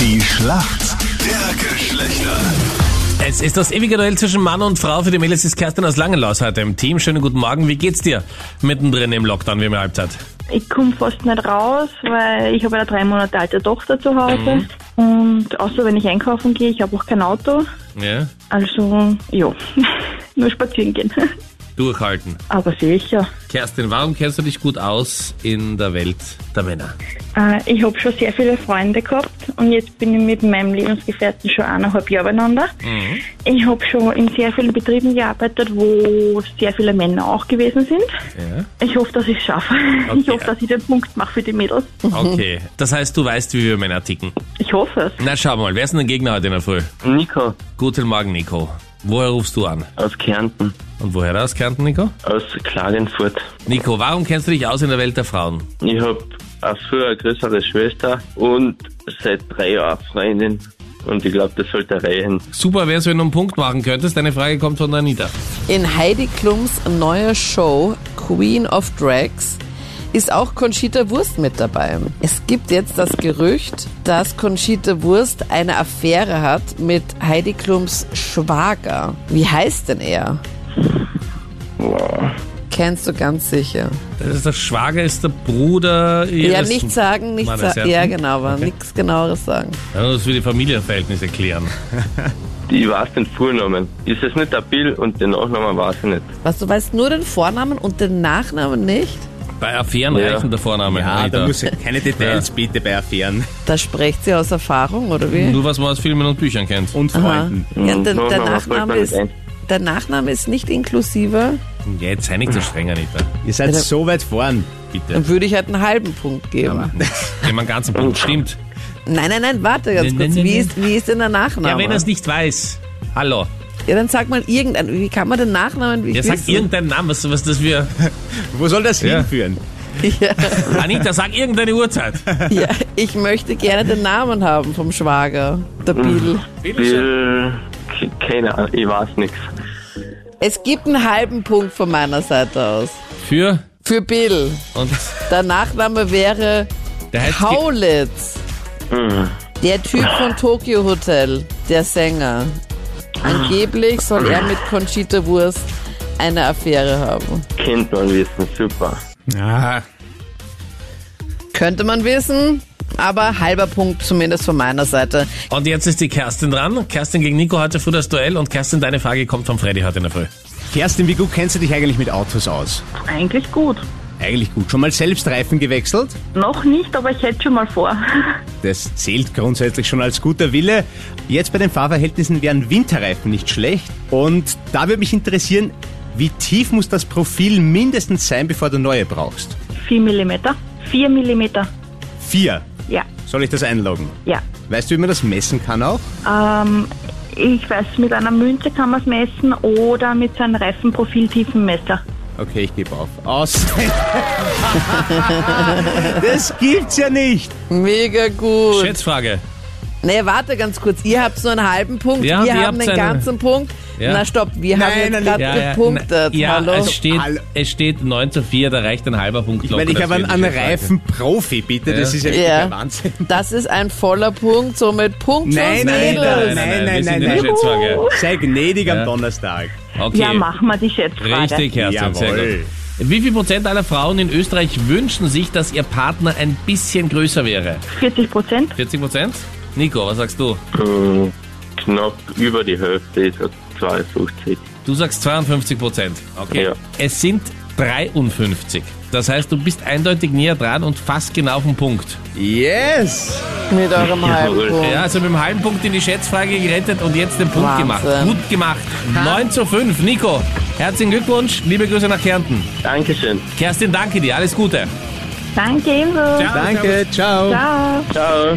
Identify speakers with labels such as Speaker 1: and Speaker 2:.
Speaker 1: Die Schlacht der Geschlechter.
Speaker 2: Es ist das ewige Duell zwischen Mann und Frau. Für die Mädels ist Kerstin aus Langenlaus heute im Team. Schönen guten Morgen. Wie geht's dir mittendrin im Lockdown, wie immer Halbzeit?
Speaker 3: Ich komme fast nicht raus, weil ich habe eine drei Monate alte Tochter zu Hause. Und außer wenn ich einkaufen gehe, ich habe auch kein Auto.
Speaker 2: Ja.
Speaker 3: Also, ja, nur spazieren gehen.
Speaker 2: Durchhalten.
Speaker 3: Aber sicher.
Speaker 2: Kerstin, warum kennst du dich gut aus in der Welt der Männer?
Speaker 3: Äh, ich habe schon sehr viele Freunde gehabt und jetzt bin ich mit meinem Lebensgefährten schon eineinhalb Jahre beieinander. Ich habe schon in sehr vielen Betrieben gearbeitet, wo sehr viele Männer auch gewesen sind.
Speaker 2: Ja.
Speaker 3: Ich hoffe, dass ich es schaffe. Ich
Speaker 2: Okay.
Speaker 3: hoffe, dass ich den Punkt mache für die Mädels.
Speaker 2: Okay. Das heißt, du weißt, wie wir Männer ticken.
Speaker 3: Ich hoffe es.
Speaker 2: Na, schau mal. Wer ist denn dein Gegner heute in der Früh?
Speaker 4: Nico
Speaker 2: Guten Morgen, Nico. Woher rufst du an?
Speaker 4: aus Kärnten,
Speaker 2: Und woher aus Kärnten, Nico?
Speaker 4: aus Klagenfurt.
Speaker 2: Nico, warum kennst du dich aus in der Welt der Frauen?
Speaker 4: Ich habe auch früher eine größere Schwester und seit drei Jahren eine Freundin. Und ich glaube, das sollte reichen.
Speaker 2: Super wär's, wenn du einen Punkt machen könntest. Deine Frage kommt von der Anita.
Speaker 5: In Heidi Klums neuer Show Queen of Drags ist auch Conchita Wurst mit dabei. Es gibt jetzt das Gerücht, dass Conchita Wurst eine Affäre hat mit Heidi Klums Schwager. Wie heißt denn er?
Speaker 4: Wow.
Speaker 5: Kennst du ganz sicher.
Speaker 2: Das ist der Schwager, ist der Bruder ihres...
Speaker 5: Ja, nichts sagen, nichts
Speaker 2: Mannes,
Speaker 5: sagen. Ja, genau, aber nichts genaueres sagen.
Speaker 2: Ja, das will die Familienverhältnisse klären.
Speaker 4: Ich weiß den Vornamen. Ist es nicht der Bill und den Nachnamen weiß ich nicht.
Speaker 5: Was, du weißt nur den Vornamen und den Nachnamen nicht?
Speaker 2: Bei Affären
Speaker 4: Ja.
Speaker 2: reichen der Vorname.
Speaker 6: Ja,
Speaker 2: Anita.
Speaker 6: da muss keine Details bitte bei Affären
Speaker 5: Da spricht sie aus Erfahrung, oder wie?
Speaker 2: Nur was man aus Filmen und Büchern kennt.
Speaker 6: und
Speaker 5: Aha.
Speaker 6: Freunden.
Speaker 5: Ja, der,
Speaker 4: Mhm. Na,
Speaker 5: der,
Speaker 4: na, was fällt
Speaker 5: Nachname
Speaker 4: mir nicht
Speaker 5: ist,
Speaker 4: ein?
Speaker 5: der Nachname ist nicht inklusive.
Speaker 2: Ja, jetzt sei nicht so streng, Anita.
Speaker 6: Ihr seid
Speaker 5: Also-
Speaker 6: so weit vorn.
Speaker 2: Bitte.
Speaker 5: Dann würde ich halt einen halben Punkt geben.
Speaker 2: Wenn man ganzen Punkt stimmt.
Speaker 5: Nein, nein, nein, warte ganz
Speaker 2: Nein,
Speaker 5: kurz.
Speaker 2: nein, nein,
Speaker 5: Wie ist, wie ist denn der Nachname?
Speaker 2: Ja, wenn er es nicht weiß. Hallo.
Speaker 5: Ja, dann sag mal irgendein. Wie kann man den Nachnamen
Speaker 2: Ja,
Speaker 5: nicht
Speaker 2: sag
Speaker 5: wissen?
Speaker 2: irgendeinen Namen, was, was das wir.
Speaker 6: Wo soll das
Speaker 2: Ja.
Speaker 6: hinführen?
Speaker 5: ja,
Speaker 2: Anita, sag irgendeine Uhrzeit.
Speaker 5: ja, ich möchte gerne den Namen haben vom Schwager, der
Speaker 2: Mhm.
Speaker 5: Bill.
Speaker 4: Bill, ke- keine Ahnung, ich weiß nichts.
Speaker 5: Es gibt einen halben Punkt von meiner Seite aus.
Speaker 2: Für
Speaker 5: Für Bill.
Speaker 2: und
Speaker 5: Der Nachname wäre
Speaker 2: der heißt.
Speaker 5: Kaulitz. Der Typ von Tokyo Hotel, der Sänger. Angeblich soll er mit Conchita Wurst eine Affäre haben.
Speaker 4: Kennt man wissen, super.
Speaker 6: Ah,
Speaker 5: Könnte man wissen, aber halber Punkt zumindest von meiner Seite.
Speaker 2: Und jetzt ist die Kerstin dran. Kerstin gegen Nico heute früh das Duell und Kerstin, deine Frage kommt von Freddy heute in der Früh.
Speaker 6: Kerstin, wie gut kennst du dich eigentlich mit Autos aus?
Speaker 3: Eigentlich gut.
Speaker 6: Eigentlich gut. Schon mal selbst Reifen gewechselt?
Speaker 3: Noch nicht, aber ich hätte schon mal vor.
Speaker 6: Das zählt grundsätzlich schon als guter Wille. Jetzt bei den Fahrverhältnissen wären Winterreifen nicht schlecht. Und da würde mich interessieren, wie tief muss das Profil mindestens sein, bevor du neue brauchst?
Speaker 3: 4 Millimeter. 4 Millimeter.
Speaker 6: Vier.
Speaker 3: Ja,
Speaker 6: Soll ich das einloggen?
Speaker 3: ja.
Speaker 6: Weißt du, wie man das messen kann auch?
Speaker 3: Ähm, ich weiß, mit einer Münze kann man es messen oder mit so einem Reifenprofiltiefenmesser.
Speaker 6: Okay, ich gebe auf. Aus. das gibt's ja nicht.
Speaker 5: Mega gut.
Speaker 2: Schätzfrage.
Speaker 5: Nee, warte ganz kurz. Ihr habt nur einen halben Punkt.
Speaker 2: Ja,
Speaker 5: wir
Speaker 2: ihr
Speaker 5: haben
Speaker 2: habt
Speaker 5: den
Speaker 2: einen-
Speaker 5: ganzen Punkt.
Speaker 2: Ja.
Speaker 5: Na stopp, wir
Speaker 6: Nein,
Speaker 5: haben jetzt
Speaker 6: nein,
Speaker 5: gerade gepunktet.
Speaker 2: ja, also-
Speaker 5: Hallo?
Speaker 2: Es, steht,
Speaker 6: Hallo.
Speaker 2: es steht 9 zu 4, da reicht ein halber Punkt.
Speaker 6: Ich meine, ich
Speaker 2: locker,
Speaker 6: habe
Speaker 2: das
Speaker 6: einen,
Speaker 2: wird
Speaker 6: einen
Speaker 2: nicht erreichen.
Speaker 6: Reifenprofi, bitte. Das
Speaker 2: Ja.
Speaker 6: ist ja wirklich
Speaker 5: Ja.
Speaker 6: der Wahnsinn.
Speaker 5: Das ist ein voller Punkt, somit Punkt fürs
Speaker 6: Nein,
Speaker 2: Nein,
Speaker 5: Mädel.
Speaker 2: nein, nein,
Speaker 6: Nein,
Speaker 2: nein,
Speaker 6: nein,
Speaker 2: wir sind
Speaker 6: nein,
Speaker 2: in der
Speaker 6: nein.
Speaker 2: Schätzfrage.
Speaker 6: Sei gnädig
Speaker 2: Ja.
Speaker 6: am Donnerstag.
Speaker 2: Okay.
Speaker 3: Ja, machen wir die Schätzfrage.
Speaker 2: Richtig, Kerstin, sehr
Speaker 6: Jawohl.
Speaker 2: gut. Wie viel Prozent aller Frauen in Österreich wünschen sich, dass ihr Partner ein bisschen größer wäre?
Speaker 3: 40 Prozent?
Speaker 2: 40 Prozent? Nico, was sagst du?
Speaker 4: Hm, knapp über die Hälfte, ich sag 52.
Speaker 2: Du sagst 52 Prozent. Okay.
Speaker 4: Ja.
Speaker 2: Es sind 53. Das heißt, du bist eindeutig näher dran und fast genau auf den Punkt.
Speaker 6: Yes!
Speaker 5: Mit eurem halben Punkt.
Speaker 2: Ja, also mit einem halben Punkt in die Schätzfrage gerettet und jetzt den Punkt
Speaker 5: Wahnsinn.
Speaker 2: gemacht. Gut gemacht. 9 zu 5. Nico, herzlichen Glückwunsch. Liebe Grüße nach Kärnten.
Speaker 4: Dankeschön.
Speaker 2: Kerstin, danke dir. Alles Gute.
Speaker 3: Danke ebenso.
Speaker 6: Danke, ciao.
Speaker 3: Ciao.
Speaker 4: Ciao.